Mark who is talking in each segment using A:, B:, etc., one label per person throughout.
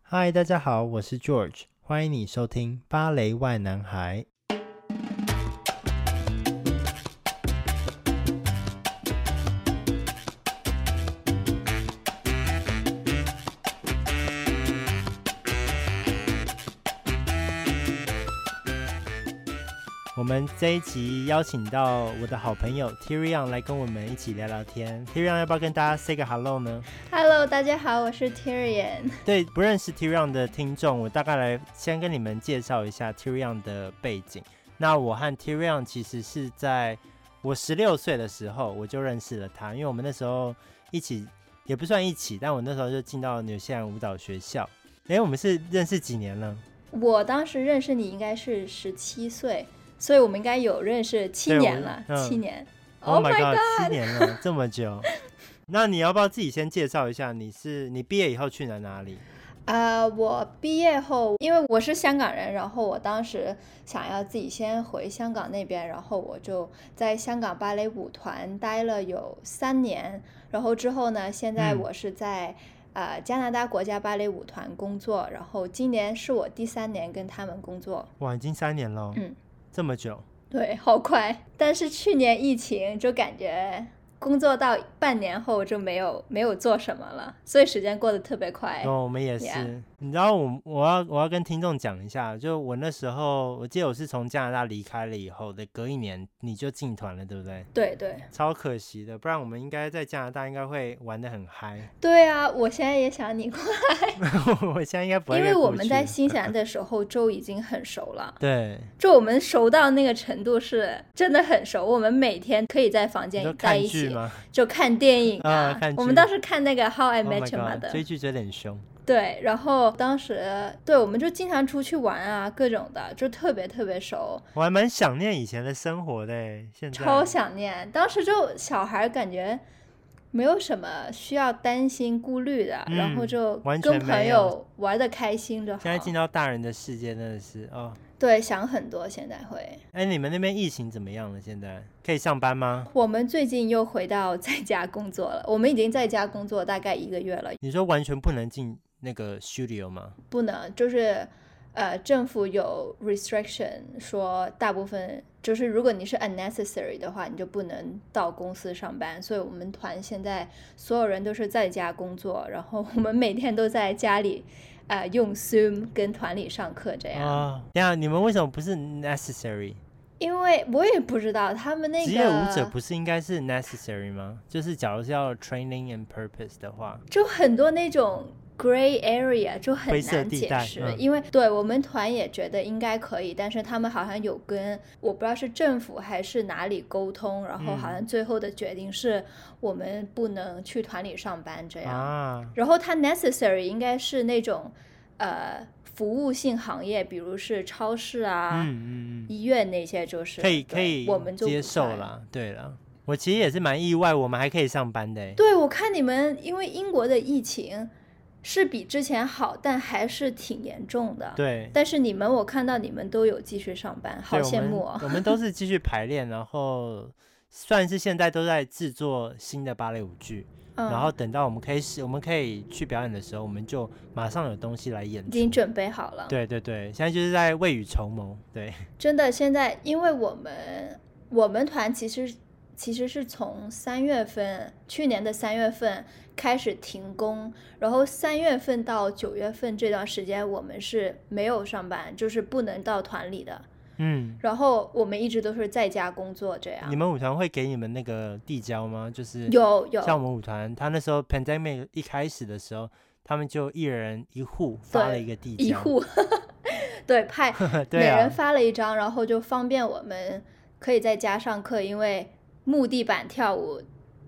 A: 嗨，大家好，我是 George，欢迎你收听《芭蕾外男孩》。我们这一集邀请到我的好朋友 Tyrion 来跟我们一起聊聊天。Tyrion 要不要跟大家 say 个 hello 呢？
B: Hello，大家好，我是 Tyrion。
A: 对不认识 Tyrion 的听众，我大概来先跟你们介绍一下 Tyrion 的背景。那我和 Tyrion 其实是在我十六岁的时候我就认识了他，因为我们那时候一起也不算一起，但我那时候就进到纽西兰舞蹈学校。诶，我们是认识几年了？
B: 我当时认识你应该是十七岁，所以我们应该有认识七年了，
A: 对我们嗯
B: 七年。
A: Oh my god，七年了，这么久。那你要不要自己先介绍一下？你是你毕业以后去了哪里？
B: 呃，我毕业后，因为我是香港人，然后我当时想要自己先回香港那边，然后我就在香港芭蕾舞团待了有三年，然后之后呢，现在
A: 嗯
B: 我是在、呃加拿大国家芭蕾舞团工作，然后今年是我第三年跟他们工作，
A: 哇，已经三年了，
B: 嗯，
A: 这么久。
B: 对，好快。但是去年疫情就感觉工作到半年后就没有没有做什么了，所以时间过得特别快。
A: 哦，我们也是。
B: Yeah
A: 你知道我我要我要跟听众讲一下，就我那时候，我记得我是从加拿大离开了以后的隔一年，你就进团了，对不对？
B: 对对
A: 超可惜的，不然我们应该在加拿大应该会玩的很嗨。
B: 对啊！我现在也想你过
A: 我现在应该不
B: 来，
A: 会
B: 因为
A: 再过
B: 我们
A: 去
B: 在
A: 了
B: 新 西兰的时候就已经很熟了，
A: 对，
B: 就我们熟到那个程度是真的很熟。我们每天可以在房
A: 你说
B: 间在
A: 看
B: 一
A: 剧
B: 起，
A: 吗？
B: 就看电影
A: 啊看
B: 我
A: 剧
B: 们当时看那个《How I
A: Oh my
B: Met
A: god，
B: Your Mother》，
A: 追剧追得很凶。
B: 对，然后当时对我们就经常出去玩啊，各种的，就特别特别熟。
A: 我还蛮想念以前的生活的欸，现在
B: 超想念。当时就小孩儿感觉没有什么需要担心顾虑的，
A: 嗯
B: 然后就
A: 完全
B: 跟朋
A: 没有
B: 友玩的开心就好
A: 现。在进到大人的世界真的是哦。
B: 对，想很多。现在会，
A: 哎，你们那边疫情怎么样了？现在可以上班吗？
B: 我们最近又回到在家工作了。我们已经在家工作大概一个月了，
A: 你说完全不能进那个 studio 吗？
B: 不能就是。呃，政府有 restriction 说，大部分就是如果你是 unnecessary 的话，你就不能到公司上班。所以我们团现在所有人都是在家工作，然后我们每天都在家里，呃，用 Zoom 跟团里上课这样。
A: 啊，等一下你们为什么不是 necessary？、
B: 因为我也不知道他们那个
A: 职业舞者不是应该是 necessary 吗？就是假如是要 training and purpose 的话，
B: 就很多那种 gray area 就很
A: 灰色
B: 难
A: 地
B: 解
A: 带
B: 释，
A: 嗯
B: 因为对我们团也觉得应该可以，但是他们好像有跟我不知道是政府还是哪里沟通，然后好
A: 嗯
B: 像最后的决定是我们不能去团里上班这样。
A: 啊，
B: 然后它 necessary 应该是那种呃服务性行业，比如是超市啊、
A: 嗯嗯嗯，
B: 医院那些，就是
A: 可以
B: 对
A: 可以
B: 我们就
A: 接
B: 不
A: 受
B: 算。
A: 啦。对啦，我其实也是蛮意外，我们还可以上班的欸、
B: 对，我看你们因为英国的疫情是比之前好，但还是挺严重的。，
A: 对，
B: 但是你们我看到你们都有继续上班，好
A: 对
B: 羡慕哦
A: 我们。我们都是继续排练，然后算是现在都在制作新的芭蕾舞剧，
B: 嗯，
A: 然后等到我们可以使我们可以去表演的时候，我们就马上有东西来演
B: 已
A: 出。
B: 经准备好了。
A: 对对对，现在就是在未雨绸缪。对，
B: 真的，现在因为我们我们团其实其实是从三月份，去年的三月份开始停工，然后三月份到九月份这段时间我们是没有上班，就是不能到团里的，
A: 嗯，
B: 然后我们一直都是在家工作这样
A: 你。们舞团会给你们那个递交吗？就是
B: 有有，
A: 像我们舞团，他那时候 pandemic 一开始的时候，他们就一人一户发了
B: 对
A: 一个递交，
B: 一户， 对，派
A: 对
B: 每
A: 啊
B: 人，发了一张，然后就方便我们可以在家上课，因为木地板跳舞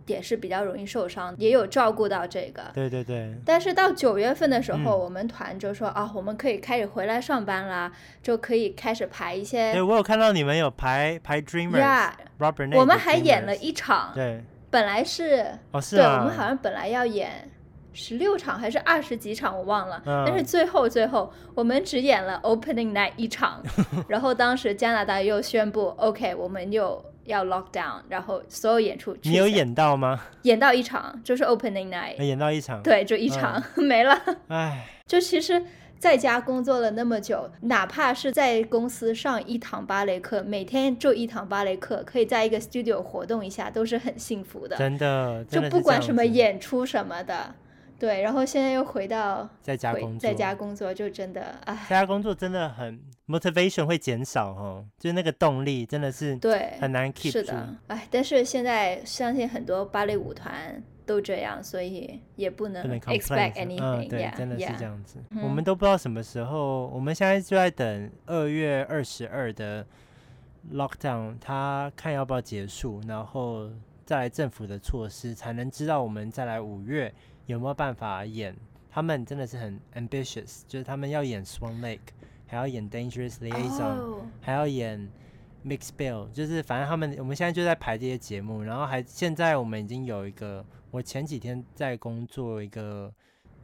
B: 也是比较容易受伤，也有照顾到这个。
A: 对对对，
B: 但是到九月份的时候，
A: 嗯
B: 我们团就说啊，我们可以开始回来上班啦，就可以开始排一些
A: 对我有看到你们有排排 dreamers，、
B: 呀。
A: Robert，Nate
B: 我们
A: 的
B: 还演了
A: Dreamers
B: 一场，
A: 对，
B: 本来是
A: 哦是
B: 对，
A: 啊，
B: 我们好像本来要演十六场还是二十几场，我忘了。
A: 嗯
B: 但是最后最后，我们只 演了 opening night 一场，然后当时加拿大又宣布，OK，我们又要 lock down，然后所有演出取消
A: 你有演哎到吗？
B: 演到一场，就是 opening night，、
A: 演到一场，，
B: 对，就一场、
A: 嗯
B: 没了。
A: 哎，
B: 就其实在家工作了那么久，哪怕是在公司上一堂芭蕾课，每天就一堂芭蕾课，可以在一个 studio 活动一下，都是很幸福的。
A: 真的，
B: 就
A: 真的是
B: 不管
A: 这样
B: 什么
A: 子，
B: 演出什么的，对。然后现在又回到
A: 在家
B: 回
A: 工作，
B: 在家工作，就真的唉，
A: 在家工作真的很 motivation 会减少哦，就是那个动力真的是
B: 对，
A: 很难 keep
B: 是
A: 住。
B: 的，唉。但是现在相信很多芭蕾舞团。都这样，所以也不能
A: 不能 complain，
B: expect
A: 嗯，
B: anything、
A: 对
B: yeah，
A: 真的是
B: yeah
A: 这样子。
B: 嗯
A: 我们都不知道什么时候，我们现在就在等二月二十二的 lockdown，它看要不要结束，然后再来政府的措施，才能知道我们再来五月有没有办法演。他们真的是很 ambitious，就是他们要演 Swan Lake，还要演 Dangerous Liaison，、
B: 哦
A: 还要演 Mix Bill，就是反正他们我们现在就在排这些节目，然后还现在我们已经有一个，我前几天在工作一个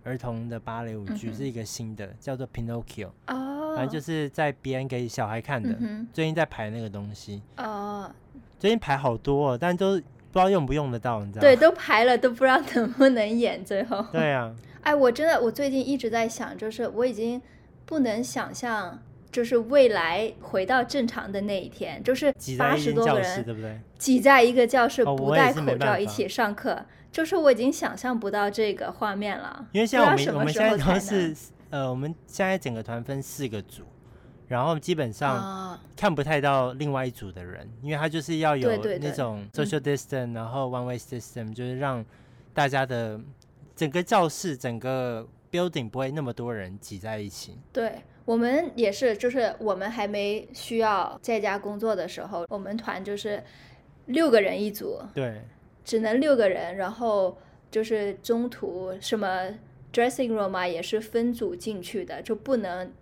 A: 儿童的芭蕾舞剧，
B: 嗯哼
A: 是一个新的，叫做 Pinocchio，
B: 哦，
A: 反正就是在编给小孩看的，
B: 嗯
A: 最近在排那个东西，
B: 哼，哦，
A: 最近排好多、哦，但都不知道用不用得到，你知道
B: 对，
A: 吗？
B: 都排了，都不知道 能不能演。最后，
A: 对 啊，
B: 哎，我真的，我最近一直在想，就是我已经不能想象，就是未来回到正常的那一天，就是
A: 挤在
B: 八
A: 一
B: 十
A: 间
B: 多个
A: 教室，
B: 人
A: 对不对？
B: 挤在一个教室，
A: 哦
B: 不
A: 我也
B: 戴
A: 是没
B: 口罩
A: 办
B: 一
A: 法
B: 起上课，就是我已经想象不到这个画面了。
A: 因为现
B: 不
A: 在
B: 知
A: 我们我
B: 道什么
A: 们
B: 时
A: 现在
B: 候才
A: 都是
B: 能
A: 呃，我们现在整个团分四个组，然后基本上。
B: 啊，
A: 看不太到另外一组的人，因为他就是要有
B: 对对对嗯
A: 那种 social distance，、然后 one way system，就是让大家的整个教室、整个 building 不会那么多人挤在一起。
B: 对。我们也是，就是我们还没需要在家工作的时候，我们团就是六个人一组，
A: 对，
B: 只能六个人，然后就是中途什么 dressing room 啊，也是分组进去的，就不能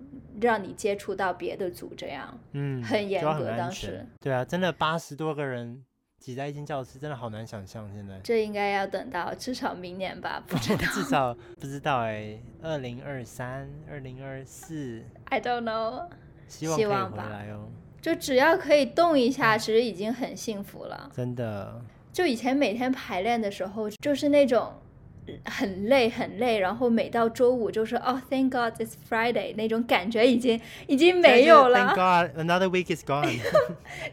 B: 让你接触到别的组，这样
A: 嗯，
B: 很严
A: 就要很
B: 格
A: 安
B: 当
A: 全
B: 时。
A: 对啊，真的八十多个人挤在一间教室，真的好难想象现在。
B: 这应该要等到至少明年吧，不知道
A: 至少不知道哎、二零二三、二零二四，
B: ，I don't know。
A: 希望可
B: 希
A: 以
B: 望
A: 回
B: 吧
A: 来哦，
B: 就只要可以动一下，其实已经很幸福了。
A: 真的。
B: 就以前每天排练的时候，就是那种很累很累，然后每到周五就是哦、t h a n k God it's Friday 那种感觉已经已经没有了。
A: Thank God, another week is gone 。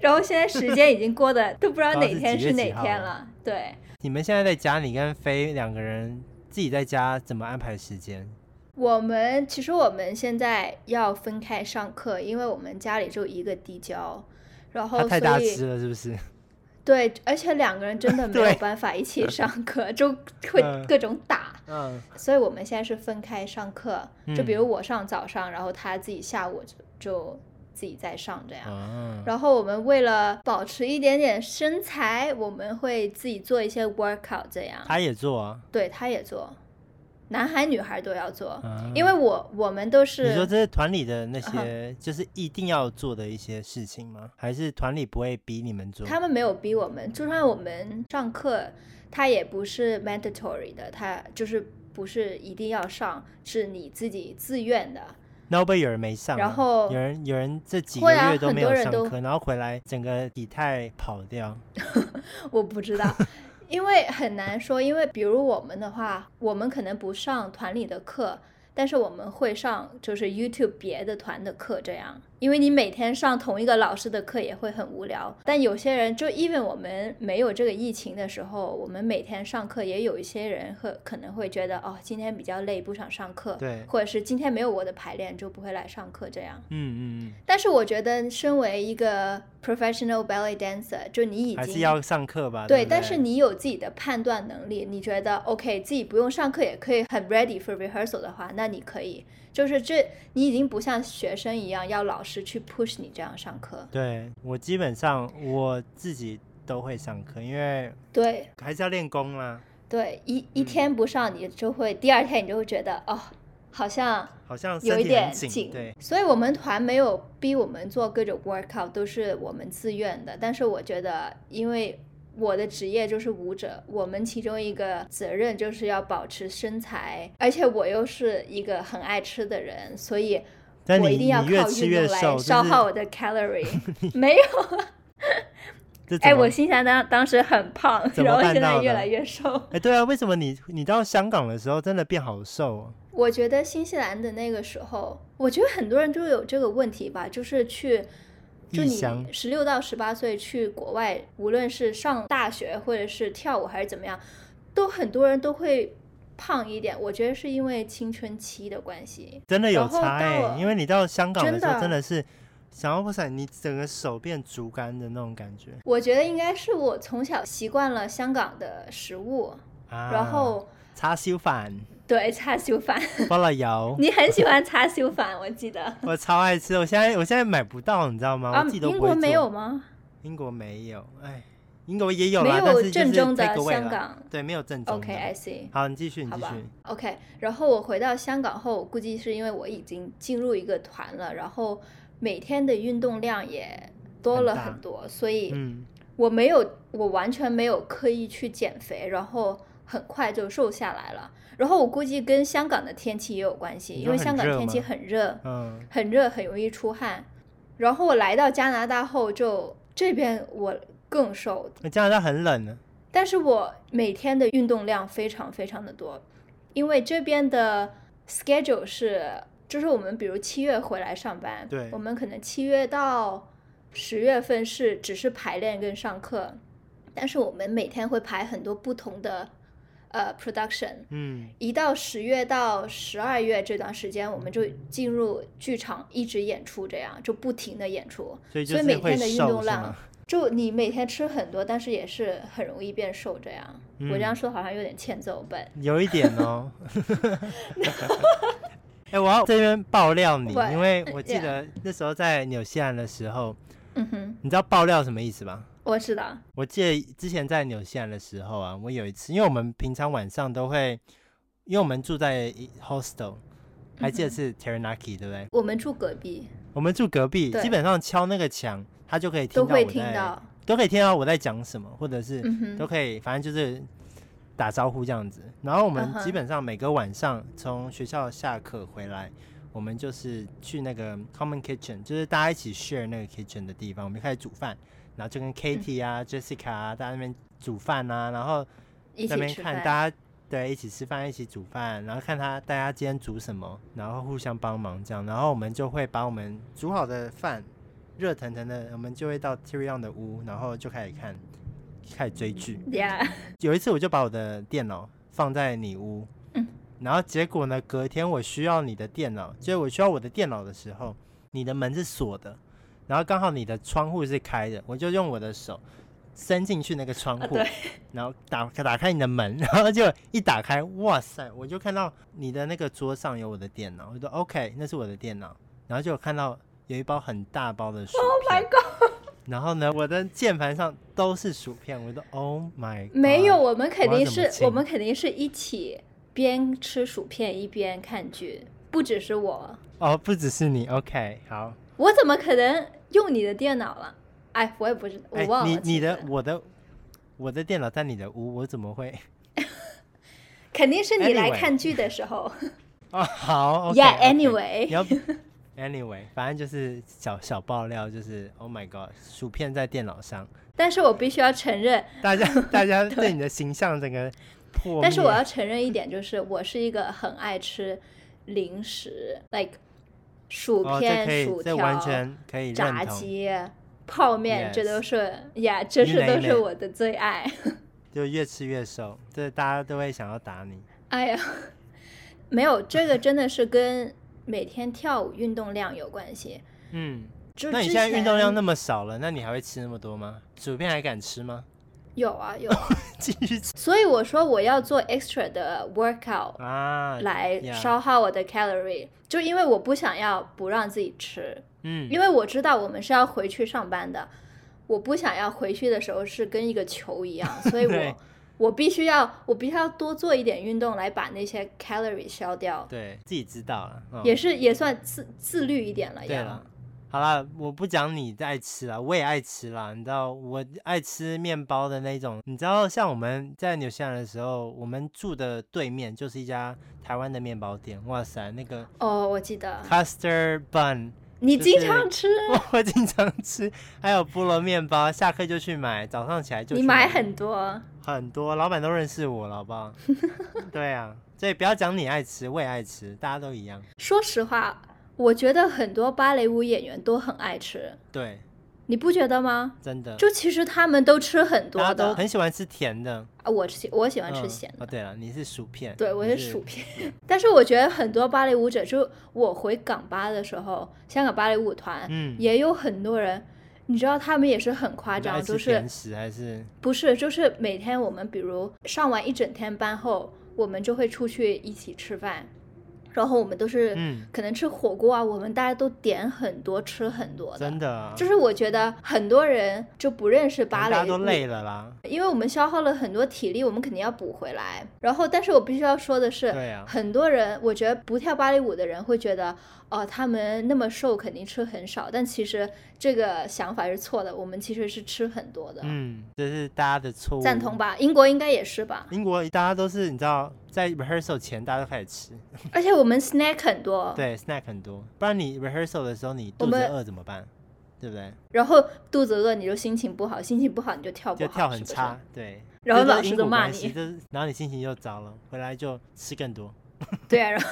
B: 然后现在时间已经过得都 不知道
A: 不知道
B: 哪
A: 啊是
B: 天
A: 几
B: 是
A: 月
B: 哪
A: 几号
B: 天
A: 了
B: 了。对，
A: 你们现在在家，你跟飞两个人自己在家怎么安排时间？
B: 我们其实我们现在要分开上课，因为我们家里就一个地胶，然后
A: 他
B: 哦所
A: 太大
B: 以
A: 只了，是不是？
B: 对，而且两个人真 的没有
A: 对
B: 办法一起上课， 就会
A: 嗯
B: 各种打。
A: 嗯，
B: 所以我们现在是分开上课，就比
A: 嗯
B: 如我上早上，然后他自己下午就就自己再上这样。
A: 啊，
B: 然后我们为了保持一点点身材，我们会自己做一些 workout 这样。
A: 他也做啊。
B: 对，他也做，男孩女孩都要做，
A: 啊
B: 因为我我们都是嗯
A: 你说这是团里的那些，就是一定要做的一些事情吗？还是团里不会逼你们做？
B: 他们没有逼我们，就算我们上课，他也不是 mandatory 的，他就是不是一定要上，是你自己自愿的。
A: 那会不会有人没上啊？
B: 然后
A: 有人有人这几个
B: 会啊
A: 月都没有
B: 很多人
A: 上
B: 都
A: 课，然后回来整个体态跑掉。
B: 我不知道，因为很难说。因为比如我们的话，我们可能不上团里的课，但是我们会上就是 YouTube 别的团的课，这样。因为你每天上同一个老师的课也会很无聊。但有些人就 even 我们没有这个疫情的时候，我们每天上课也有一些人会可能会觉得哦，今天比较累，不想上课，
A: 对
B: 或者是今天没有我的排练就不会来上课这样。
A: 嗯嗯
B: 但是我觉得，身为一个 professional ballet dancer，就你已
A: 嗯，还是
B: 经
A: 要上课吧？
B: 对，
A: 不
B: 但是你有自己的判断能力，你觉得 OK，自己不用上课也可以很 ready for rehearsal 的话，那你可以，就是这你已经不像学生一样要老师去 push 你这样上课。
A: 对我基本上我自己都会上课，因为
B: 对
A: 还是要练功啊啦、
B: 对，一一
A: 嗯
B: 天不上，你就会第二天你就会觉得哦，好像
A: 好像身
B: 有一
A: 体很
B: 点
A: 紧，对，
B: 所以我们团没有逼我们做各种 workout，都是我们自愿的。但是我觉得，因为我的职业就是舞者，我们其中一个责任就是要保持身材，而且我又是一个很爱吃的人，所以
A: 但
B: 我
A: 你
B: 一定要
A: 你越
B: 靠
A: 吃
B: 运
A: 越
B: 动
A: 瘦，
B: 来
A: 就
B: 消
A: 是
B: 耗我的 calorie。没有啊，
A: 这怎
B: 哎，
A: 么
B: 我心想当当时很胖，
A: 怎么
B: 然后
A: 办
B: 现在
A: 到
B: 越
A: 的
B: 来越瘦。
A: 哎，对啊，为什么你你到香港的时候真的变好瘦哦？
B: 我觉得新西兰的那个时候，我觉得很多人都有这个问题吧，就是去，就
A: 异
B: 你
A: 乡
B: 十六到十八岁去国外，无论是上大学或者是跳舞还是怎么样，都很多人都会胖一点。我觉得是因为青春期的关系。
A: 真的有
B: 然后
A: 差
B: 到
A: 哎、
B: 了
A: 因为你到香港的
B: 真
A: 时候
B: 的
A: 真的是想要不闪，你整个手变竹竿的那种感觉
B: 我觉得应该是我从小习惯了香港的食物，
A: 啊。
B: 然后
A: 叉烧饭、
B: 对 叉烧饭，，
A: 包了油
B: 你很喜欢叉烧饭，我记得。
A: 我超爱吃，我现在我现在买不到，你知道吗？
B: 啊，
A: 我自己都
B: 英
A: 不会
B: 国
A: 做。
B: 没有，吗？
A: 英国没有，哎，英国也有
B: 没
A: 啦，但
B: 有
A: 是就是
B: 正宗的
A: take away
B: 香
A: 啦，
B: 港。
A: 对，没有正宗的。
B: OK，I、see。
A: 好，你继续，你
B: 好
A: 继
B: 吧
A: 续。
B: OK，然后我回到香港后，估计是因为我已经进入一个团了，然后每天的运动量也多
A: 很
B: 了
A: 大
B: 很多，所以
A: 嗯，
B: 我没有，我完全没有刻意去减肥，然后很快就瘦下来了。然后我估计跟香港的天气也有关系，
A: 你
B: 因
A: 说
B: 为
A: 很
B: 香港
A: 热
B: 天气
A: 吗
B: 很热，
A: 嗯，
B: 很热，很容易出汗。然后我来到加拿大后就，这边我更瘦，
A: 那加拿大很冷啊呢、
B: 但是我每天的运动量非常非常的多，因为这边的 schedule 是，就是我们比如七月回来上班，
A: 对
B: 我们可能七月到十月份是只是排练跟上课，但是我们每天会排很多不同的呃 production，
A: 嗯，
B: 一到十月到十二月这段时间，我们就
A: 嗯
B: 进入剧场一直演出，这样就不停的演出，
A: 所以就
B: 所以
A: 是
B: 每
A: 会
B: 天的运
A: 瘦
B: 动
A: 是吗
B: 量？，就你每天吃很多，但是也是很容易变瘦。这样，我这
A: 嗯
B: 样说好像有点欠揍本。
A: 有一点 哦。哎、我要这边爆料你，
B: What？
A: 因为我记
B: Yeah
A: 得那时候在纽西兰的时候，
B: 嗯哼，
A: 你知道爆料什么意思吗？
B: 我知道。
A: 我记得之前在纽西兰的时候啊，我有一次，因为我们平常晚上都会，因为我们住在一 hostel，还记得是
B: 嗯
A: Taranaki 对不对？
B: 我们住隔壁，
A: 我们住隔壁，
B: 对
A: 基本上敲那个墙，他就可以听
B: 都
A: 到我在，
B: 会听到。
A: 都可以听到我在讲什么，或者是
B: 嗯哼
A: 都可以，反正就是打招呼这样子。然后我们
B: 嗯哼
A: 基本上每个晚上从学校下课回来，我们就是去那个 common kitchen，就是大家一起 share 那个 kitchen 的地方，我们就开始煮饭，然后就跟 Katie 啊、Jessica 啊，在那边煮饭啊，然后
B: 一
A: 在那
B: 起
A: 边
B: 吃
A: 看
B: 饭。
A: 大家对一起吃饭、一起煮饭，然后看他大家今天煮什么，然后互相帮忙这样，然后我们就会把我们煮好的饭热腾腾的，我们就会到 Tyrion 的屋，然后就开始看，开始追剧。
B: Yeah，
A: 有一次我就把我的电脑放在你屋，
B: 嗯
A: 然后结果呢，隔天我需要你的电脑，就是我需要我的电脑的时候，你的门是锁的，然后刚好你的窗户是开的，我就用我的手伸进去那个 窗户，
B: 啊对
A: 然后打打开你的门， 然后就一打开，哇塞，我就看到你的那个桌上有我的电脑，我就说 OK，那是我的电脑，然后就有看到有一包很大包的薯片。
B: Oh my god，
A: 然后呢，我的键盘上都是薯片，我就 Oh my，God
B: 没有，我们肯
A: 我要
B: 定
A: 怎么
B: 是
A: 亲
B: 我们肯定是一起边吃薯片一边看剧，不只是我，
A: 哦，不只是你，OK，好，
B: 我怎么可能用你的电脑了？哎，我也不知，我
A: 哎，
B: 忘了。
A: 你你
B: 其
A: 的
B: 实
A: 我的我的电脑在你的屋，我怎么会？
B: 肯定是你来
A: Anyway
B: 看剧的 时候。
A: 哦，好 o k
B: Yeah,
A: y
B: anyway，
A: 要 anyway，反正就是小小爆料，就是 Oh my God，薯片在电脑上，
B: 但是我必须要承认，
A: 大 家大家对你的形象整个破灭，
B: 但是我要承认一点，就是我是一个很爱吃零食，like 薯
A: 哦，这
B: 片、
A: 可以，
B: 薯
A: 这
B: 条、
A: 完全可以认
B: 炸
A: 同，
B: 鸡、泡面
A: Yes
B: 这都是呀这是
A: name
B: 都是
A: it
B: 我的最爱。
A: 就越吃越瘦，这大家都会想要打你。
B: 哎呀，没有这个真的是跟每天跳舞运动量有关系。
A: 嗯，
B: 就
A: 那你
B: 之
A: 现在运动量
B: 前
A: 那么少了，那你还会吃那么多吗？薯片还敢吃吗？
B: 有啊有啊
A: 继续吃
B: 所以我说我要做 extra 的 workout，
A: 啊，
B: 来
A: yeah
B: 消耗我的 calorie，就因为我不想要不让自己吃，
A: 嗯，
B: 因为我知道我们是要回去上班的，我不想要回去的时候是跟一个球 一样，所以
A: 对
B: 我我必须要我必须要多做一点运动来把那些 calorie 消掉，
A: 对自己知道了，嗯、
B: 也是也算自自律一点了
A: 对
B: 呀
A: 了。。好啦，我不讲你爱吃啦，我也爱吃啦。你知道我爱吃面包的那种，你知道像我们在纽西兰的时候，我们住的对面就是一家台湾的面包店，哇塞，那个
B: 哦，我记得
A: custard bun，
B: 你
A: 就
B: 经
A: 是
B: 常吃，
A: 我我经常吃，还有菠萝面包，下课就去买，早上起来就
B: 你
A: 去
B: 买很多。
A: 很多，老板都认识我了，好不 好？对啊，所以不要讲你爱吃，我也爱吃，大家都一样。
B: 说实话，我觉得很多芭蕾舞演员都很爱吃，
A: 对，
B: 你不觉得吗？
A: 真的，
B: 就其实他们都吃很
A: 大家
B: 多
A: 都
B: 的。
A: 很喜欢吃甜的，
B: 啊，我喜我喜
A: 喜
B: 欢吃咸
A: 哦，
B: 的，
A: 对了，你是薯片，
B: 对我
A: 你
B: 是薯片。 但是我觉得很多芭蕾舞者，就我回港巴的时候，香港芭蕾舞团、
A: 嗯，
B: 也有很多人，你知道他们也是很夸
A: 你爱
B: 张，
A: 吃
B: 就是
A: 甜食还是
B: 不是，就是每天我们比如上完一整天班后，我们就会出去一起吃饭，然后我们都是
A: 嗯，
B: 可能吃火锅啊，我们大家都点很多，吃很多的。
A: 真的啊，
B: 就是我觉得很多人就不认识
A: 可能大
B: 芭
A: 家
B: 蕾
A: 都
B: 舞，
A: 累了啦，
B: 因为我们消耗了很多体力，我们肯定要补回来。然后，但是我必须要说的是，
A: 对啊
B: 很多人我觉得不跳芭蕾舞的人会觉得，哦、他们那么瘦肯定吃很少，但其实这个想法是错的，我们其实是吃很多的。
A: 嗯，这是大家的错误。
B: 赞同？吧，英国应该也 是吧。
A: 英国大家都是你知道，在 rehearsal 前大家都开始吃，
B: 而且我们 snack 很多，，
A: 对，snack 很多，不然你 rehearsal 的时候你肚子
B: 啊们
A: 饿怎么办？对不对？
B: 然后肚子饿你就心情不好，心情不好你就跳不
A: 就
B: 好，
A: 跳很
B: 是不是
A: 差，对。
B: 然后
A: 这
B: 老
A: 是因
B: 师
A: 果
B: 都骂
A: 关系
B: 你，
A: 这是然后你心情就糟了，回来就吃更多。
B: 对啊，然后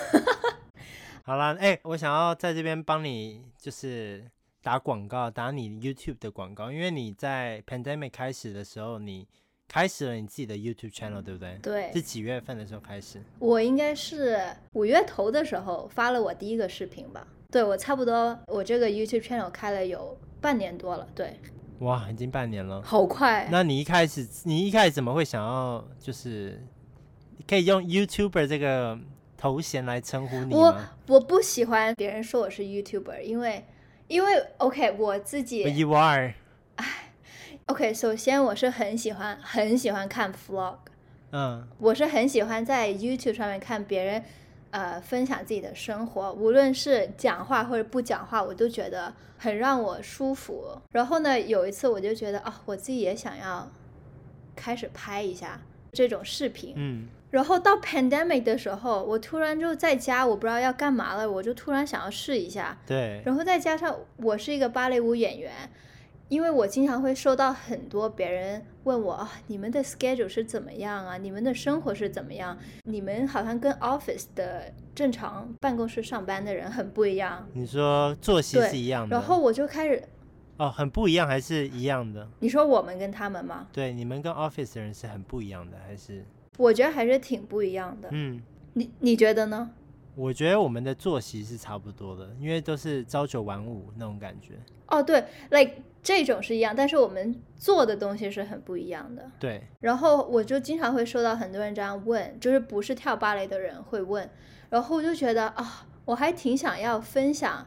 A: 好啦，哎、我想要在这边帮你，就是打广告，打你 YouTube 的广告，因为你在 pandemic 开始的时候，你开始了你自己的 YouTube channel，对不对？是
B: 对
A: 几月份的时候开始？
B: 我应该是五月头的时候发了我第一个视频吧，对我差不多我这个 YouTube channel 开了有半年多了，对，
A: 哇，已经半年了。
B: 好快，
A: 那你一开始，你一开始怎么会想要就是可以用 YouTuber 这个头衔来称呼你
B: 我
A: 吗
B: 我不喜欢别人说我是 YouTuber，因为因为 OK 我自己
A: ？But you are，
B: OK，首先我是很喜欢很喜欢看 vlog。
A: 嗯
B: 我是很喜欢在 YouTube 上面看别人，呃，分享自己的生活，无论是讲话或者不讲话，我都觉得很让我舒服。然后呢，有一次我就觉得啊，我自己也想要开始拍一下这种视频。
A: 嗯，
B: 然后到 pandemic 的时候，我突然就在家，我不知道要干嘛了，我就突然想要试一下。
A: 对，
B: 然后再加上我是一个芭蕾舞演员，因为我经常会收到很多别人问我啊，你们的 schedule 是怎么样啊？你们的生活是怎么样？你们好像跟 office 的正常办公室上班的人很不一样。
A: 你说作息
B: 对
A: 是一样的，
B: 然后我就开始，
A: 哦，很不一样还是一样的？
B: 你说我们跟他们吗？
A: 对，你们跟 office 的人是很不一样的，还是
B: 我觉得还是挺不一样的。
A: 嗯，
B: 你你觉得呢？
A: 我觉得我们的作息是差不多的，因为都是朝九晚五那种感觉。
B: 哦，对，like 这种是一样，但是我们做的东西是很不一样的。
A: 对，
B: 然后我就经常会收到很多人这样问，就是不是跳芭蕾的人会问，然后我就觉得啊、我还挺想要分享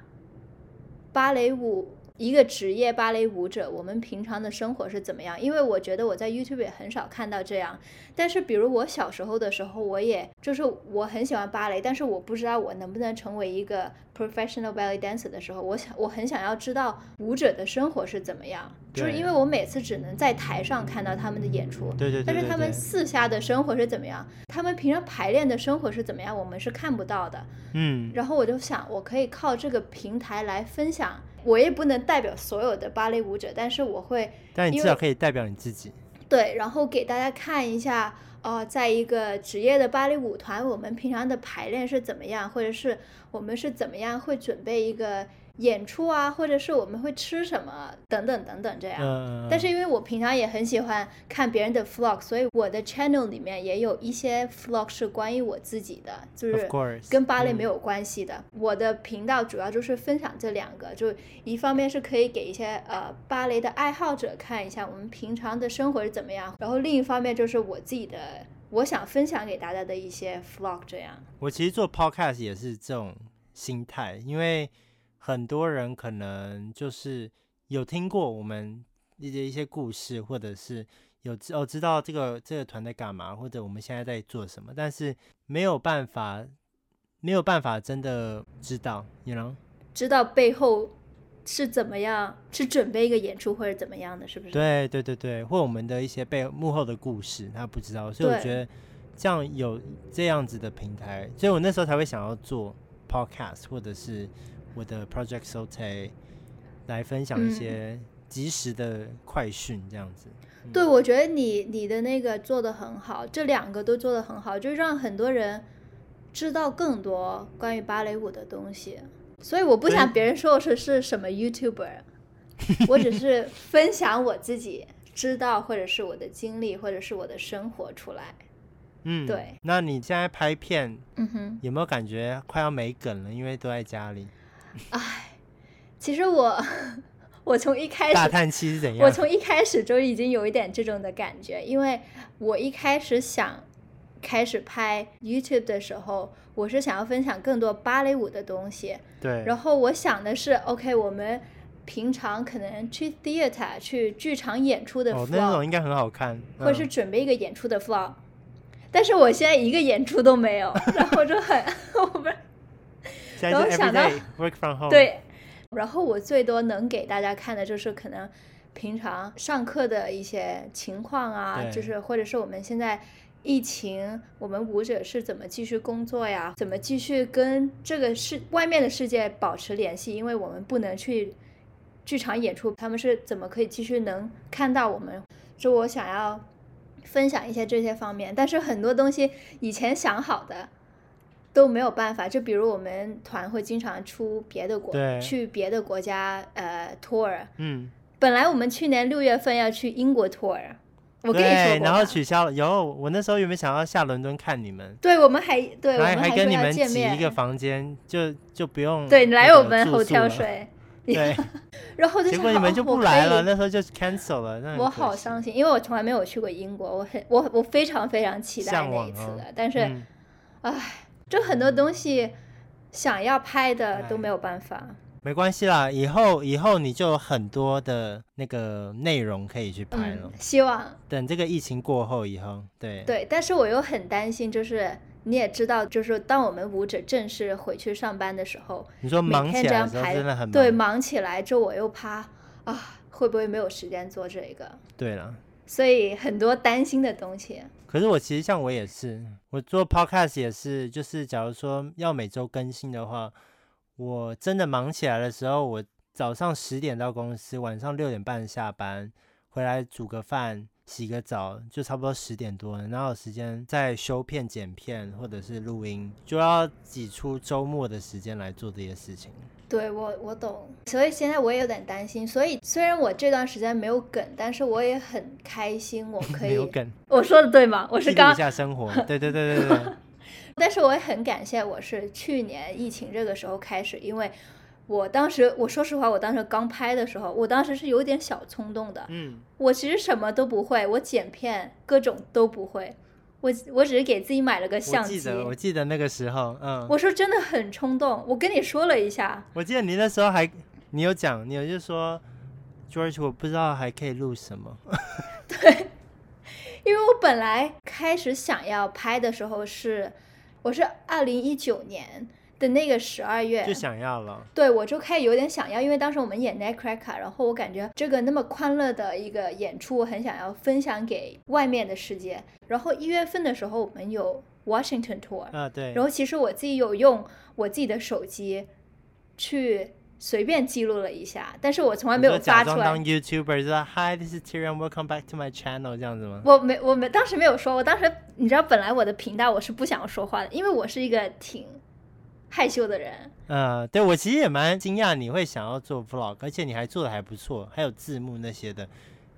B: 芭蕾舞一个职业芭蕾舞者我们平常的生活是怎么样，因为我觉得我在 YouTube 也很少看到这样。但是比如我小时候的时候，我也就是我很喜欢芭蕾，但是我不知道我能不能成为一个 professional ballet dancer 的时候，我想我很想要知道舞者的生活是怎么样，就是
A: 对
B: 因为我每次只能在台上看到他们的演出，
A: 对对对对对。
B: 但是他们私下的生活是怎么样？他们平常排练的生活是怎么样？我们是看不到的。
A: 嗯，
B: 然后我就想，我可以靠这个平台来分享。我也不能代表所有的芭蕾舞者，但是我会
A: 但你
B: 因
A: 至少
B: 为
A: 可以代表你自己。
B: 对，然后给大家看一下，哦、在一个职业的芭蕾舞团，我们平常的排练是怎么样，或者是我们是怎么样会准备一个演出啊，或者是我们会吃什么等等等等这样。
A: 嗯、
B: 但是因为我平常也很喜欢看别人的 vlog，所以我的 channel 里面也有一些 vlog 是关于我自己的，就
A: of
B: 是
A: course
B: 跟芭蕾
A: 嗯
B: 没有关系的。我的频道主要就是分享这两个，就一方面是可以给一些呃芭蕾的爱好者看一下我们平常的生活是怎么样，然后另一方面就是我自己的我想分享给大家的一些 vlog 这样。
A: 我其实做 podcast 也是这种心态，因为很多人可能就是有听过我们一些一些故事，或者是有知哦知道这个这个团在干嘛，或者我们现在在做什么，但是没有办法，没有办法真的知道，you know？
B: 知道背后是怎么样，是准备一个演出或者怎么样的，是不是？
A: 对对对对，或我们的一些背幕后的故事，他不知道，所以我
B: 对
A: 觉得这样有这样子的平台，所以我那时候才会想要做 podcast，或者是我的 Project Sote 来分享一些
B: 嗯
A: 及时的快讯，这样子。嗯
B: 对，我觉得你你的那个做的很好，这两个都做的很好，就让很多人知道更多关于芭蕾舞的东西。所以我不想
A: 对
B: 别人说我是是什么 YouTuber，我只是分享我自己知道或者是我的经历或者是我的生活出来。
A: 嗯，
B: 对。
A: 那你现在拍片
B: 嗯哼，
A: 有没有感觉快要没梗了？因为都在家里，
B: 其实我 我从一开始
A: 大叹气是怎
B: 哎我
A: 样？
B: 从一开始就已经有一点这种的感觉，因为我一开始想开始拍 YouTube 的时候，我是想要分享更多芭蕾舞的东西。
A: 对，
B: 然后我想的是，OK，我们平常可能去 theater 去剧场演出的
A: 哦，那
B: vlog，、
A: 种应该很好看，嗯
B: 或者是准备一个演出的 vlog，但是我现在一个演出都 没有，然后就很我不知道
A: 嗯、现在
B: 然后
A: 就 every
B: 想到
A: day work from home，，
B: 对，然后我最多能给大家看的就是可能平常上课的一些情况啊，
A: 对
B: 就是或者是我们现在疫情，我们舞者是怎么继续工作呀？怎么继续跟这个世外面的世界保持联系？因为我们不能去剧场演出，他们是怎么可以继续能看到我们？就我想要分享一些这些方面，但是很多东西以前想好的都没有办法。就比如我们团会经常出别的国
A: 对，
B: 去别的国家呃 tour。
A: 嗯，
B: 本来我们去年六月份要去英国 tour，我跟你说
A: 对，
B: 过
A: 然后
B: 吧
A: 取消了。有，我那时候原本想要下伦敦看你们，
B: 对，我们还对，我
A: 然后
B: 们
A: 还
B: 说
A: 跟你
B: 要
A: 们
B: 见
A: 挤一个
B: 面。
A: 房间，就就不用
B: 对，你来
A: 那
B: 我
A: 个
B: 们
A: 住宿
B: hotel
A: 了
B: 睡，
A: 对，
B: 然后我就
A: 结
B: 想
A: 果你
B: 哦
A: 们就
B: 我
A: 不
B: 可
A: 来
B: 以
A: 了，那时候就 cancel 了。那很
B: 我
A: 可
B: 好
A: 惜
B: 伤心，因为我从来没有去过英国，我很我我非常非常期待
A: 向
B: 那
A: 往
B: 一次
A: 哦
B: 的，但是、
A: 嗯
B: 就很多东西想要拍的
A: 哎
B: 都没有办法。
A: 没关系啦，以后以后你就有很多的那个内容可以去拍了
B: 嗯。，希望
A: 等这个疫情过后以后，对
B: 对，但是我又很担心，就是你也知道，就是当我们舞者正式回去上班的时候，
A: 你说
B: 每
A: 忙
B: 天
A: 起
B: 这
A: 来
B: 样
A: 的时候
B: 排，
A: 真的很忙。
B: 对，忙起来之后我又怕啊，会不会没有时间做这个？
A: 对了，
B: 所以很多担心的东西。
A: 可是我其实像我也是，我做 podcast 也是，就是假如说要每周更新的话，我真的忙起来的时候，我早上十点到公司，晚上六点半下班，回来煮个饭、洗个澡，就差不多十点多了，哪有时间再修片、剪片或者是录音，就要挤出周末的时间来做这些事情。
B: 对我我懂，所以现在我也有点担心。所以虽然我这段时间没有梗，但是我也很开心，我可
A: 没
B: 以
A: 有。梗，
B: 我说的对吗？我是
A: 记录
B: 刚
A: 一，下生活。对对对对 对，
B: 但是我也很感谢，我是去年疫情这个时候开始，因为我当时我说实话，我当时刚拍的时候，我当时是有点小冲动的。
A: 嗯，
B: 我其实什么都不会，我剪片各种都不会，我我只是给自己买了个
A: 我
B: 相
A: 记
B: 机。
A: 得我记得那个时候，嗯，
B: 我说真的很冲动，我跟你说了一下，
A: 我记得你那时候还，你有讲，你有就说，George，我不知道还可以录什么。
B: 因为我本来开始想要拍的时候是，我是二零一九年的那个十二月
A: 就，想要了。
B: 对我就开始有点想要，因为当时我们演 Nutcracker，然后我感觉这个那么欢乐的一个演出，我很想要分享给外面的世界。然后一月份的时候，我们有 Washington tour，
A: 啊，对
B: 然，后其实我自己有用我自己的手机去随便记录了一下，但是我从来
A: 你
B: 没有
A: 说假
B: 发出
A: 装
B: 来
A: 当。YouTuber，就说 Hi，this is Tyrion，welcome back to my channel 这样子吗？
B: 我没，我没，当时没有说。我当时，你知道，本来我的频道我是不想说话的，因为我是一个挺害羞的人。
A: 呃，对我其实也蛮惊讶你会想要做 Vlog，而且你还做的还不错，还有字幕那些的。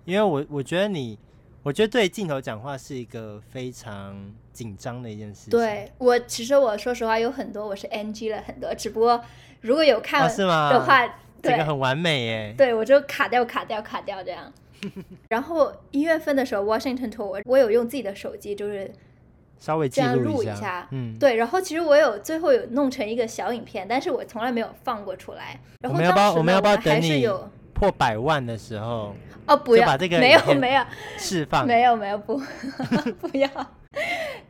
A: 因为我我觉得你，我觉得对镜头讲话是一个非常紧张的一件事情。哦
B: 对我，其实我说实话，有很多我是 NG 了很多，只不过如果有看
A: 啊是吗
B: 的话，
A: 这个
B: 对
A: 很完美耶。
B: 对，我就卡掉、卡掉、卡掉 这样。然后一月份的时候，Washington tour，我我有用自己的手机，就是
A: 稍微记
B: 这样录
A: 一
B: 一下
A: 嗯，
B: 对。然后其实我有最后有弄成一个小影片，但是我从来没有放过出来。
A: 我
B: 然后
A: 们要不要
B: 当时呢
A: 我们要不要等
B: 还是
A: 你
B: 有
A: 破百万的时候
B: 哦，不
A: 就
B: 要
A: 把这个
B: 没
A: 影
B: 有
A: 片
B: 没有
A: 释放。
B: 没有没有不 不要，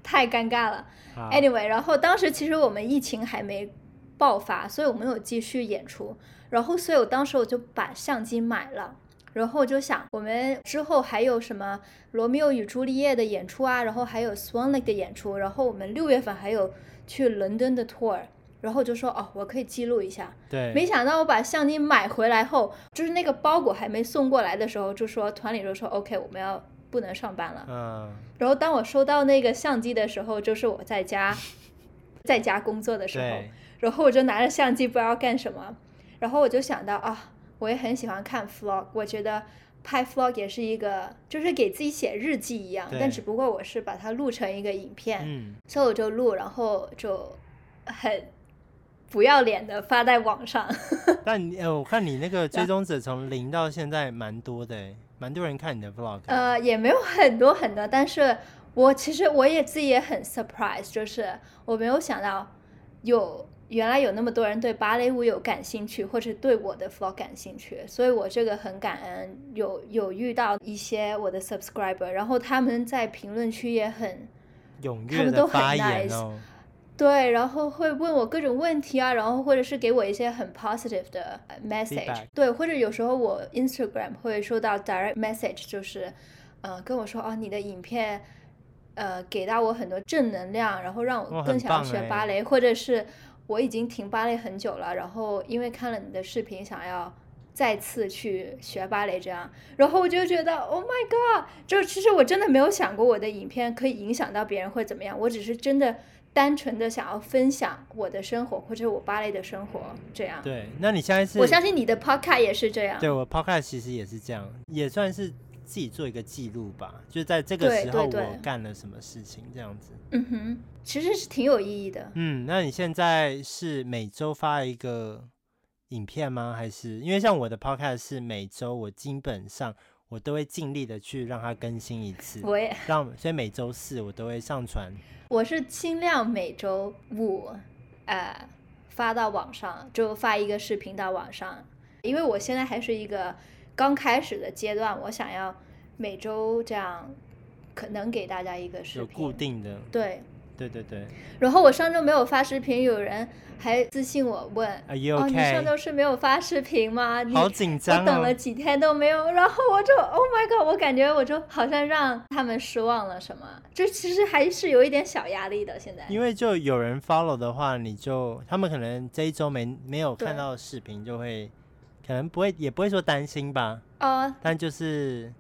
B: 太尴尬了。
A: 好
B: Anyway，然后当时其实我们疫情还没爆发，所以我们有继续演出。然后，所以我当时我就把相机买了，然后我就想，我们之后还有什么《罗密欧与朱丽叶》的演出啊，然后还有 Swan Lake 的演出，然后我们六月份还有去伦敦的 tour，然后就说哦，我可以记录一下。
A: 对，
B: 没想到我把相机买回来后，就是那个包裹还没送过来的时候，就说团里就说 OK，我们要不能上班了。
A: 嗯，
B: 然后当我收到那个相机的时候，就是我在家，在家工作的时候，
A: 对，
B: 然后我就拿着相机不知道干什么，然后我就想到啊，我也很喜欢看 vlog，我觉得拍 vlog 也是一个，就是给自己写日记一样，
A: 对
B: 但只不过我是把它录成一个影片，
A: 嗯，
B: 所以我就录，然后就很不要脸的发在网上。
A: 但你呃，我看你那
B: 啊
A: 个追踪者从零到现在蛮多的欸，蛮多人看你的 vlog 啊的。
B: 呃，也没有很多很多，但是我其实我也自己也很 surprise，就是我没有想到有原来有那么多人对芭蕾舞有感兴趣，或者对我的 vlog 感兴趣，所以我这个很感恩，有有遇到一些我的 subscriber，然后他们在评论区也很
A: 踊
B: 他
A: 跃
B: 们
A: 的
B: 都很
A: 发言
B: nice
A: 哦，
B: 对，然后会问我各种问题啊，然后或者是给我一些很 positive 的呃 message，
A: Feedback
B: 对，或者有时候我 Instagram 会收到 direct message，就是，呃，跟我说哦，你的影片，呃，给到我很多正能量，然后让
A: 哦
B: 我更
A: 很
B: 想要
A: 棒
B: 学
A: 哎
B: 芭蕾，或者是我已经停芭蕾很久了，然后因为看了你的视频，想要再次去学芭蕾这样，然后我就觉得 Oh my God，就其实我真的没有想过我的影片可以影响到别人会怎么样，我只是真的单纯的想要分享我的生活或者我芭蕾的生活这样。
A: 对，那你现在是
B: 我相信你的 Podcast 也是这样。
A: 对我 podcast 其实也是这样，也算是自己做一个记录吧，就在这个
B: 对
A: 时
B: 对
A: 候
B: 对
A: 我干了什么事情这样子。
B: 嗯哼，其实是挺有意义的。
A: 嗯，那你现在是每周发一个影片吗？还是因为像我的 podcast 是每周我基本上我都会尽力的去让它更新一次，
B: 我也
A: 让所以每周四我都会上传。
B: 我是尽量每周五，呃，发到网上，就发一个视频到网上，因为我现在还是一个刚开始的阶段，我想要每周这样，可能给大家一个视
A: 有
B: 频。
A: 固。定的，
B: 对，
A: 对对对，
B: 然后我上周没有发视频，有人还私信我问，
A: Are you
B: 哦，你上
A: okay？
B: 周是没有发视频吗？你
A: 哎好紧
B: 我
A: 张
B: 等了
A: 哦！
B: 几天都没有，然后我就 Oh my God，我感觉我就好像让他们失望了什么，就其实还是有一点小压力的。现在，
A: 因为就有人 follow 的话，你就他们可能这一周没没有看
B: 对
A: 到视频，就会可能不会也不会说担心吧，
B: 呃，
A: 但就是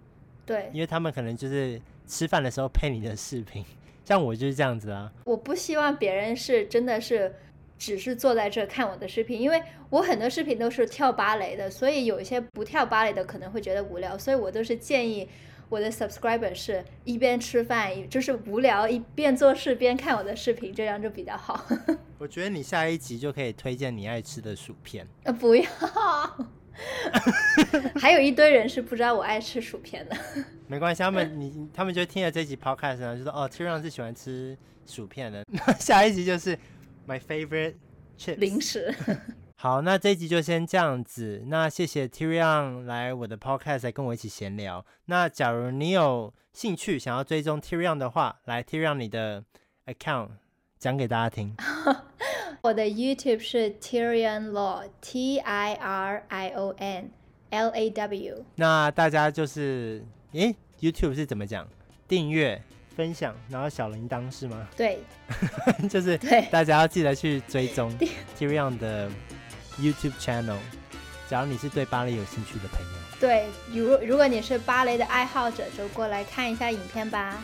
B: 对，
A: 因为他们可能就是吃饭的时候配你的视频， 像我就是这样子啊。
B: 我不希望别人是真的是只是坐在这看我的视频，因为我很多视频都是跳芭蕾的，所以有一些不跳芭蕾的可能会觉得无聊，所以我都是建议。我的 subscriber 是一边吃饭，一就是无聊一边做事边看我的视频，这样就比较好。
A: 我觉得你下一集就可以推荐你爱吃的薯片，
B: 呃，不要。 还有一堆人是不知道我爱吃薯片的。
A: 没关系，他们你他们就听了这集 podcast 然后就说哦 t i r a n 是喜欢吃薯片的， 那下一集就是 my favorite chips
B: 零食。
A: 好，那这一集就先这样子。那谢谢 Tyrion 来我的 podcast 来跟我一起闲聊。那假如你有兴趣想要追踪 Tyrion 的话，来 Tyrion 你的 account 讲给大家听。
B: 我的 YouTube 是 Tyrion Law，T I R I O N L A W。
A: 那大家就是，诶 y o u t u b e 是怎么讲？订阅、分享，然后小铃铛是吗？
B: 对
A: 就是
B: 对，
A: 大家要记得去追踪 Tyrion 的 YouTube channel。假如你是对芭蕾有兴趣的朋友。
B: 对，如如果你是芭蕾的爱好者，就过来看一下影片吧。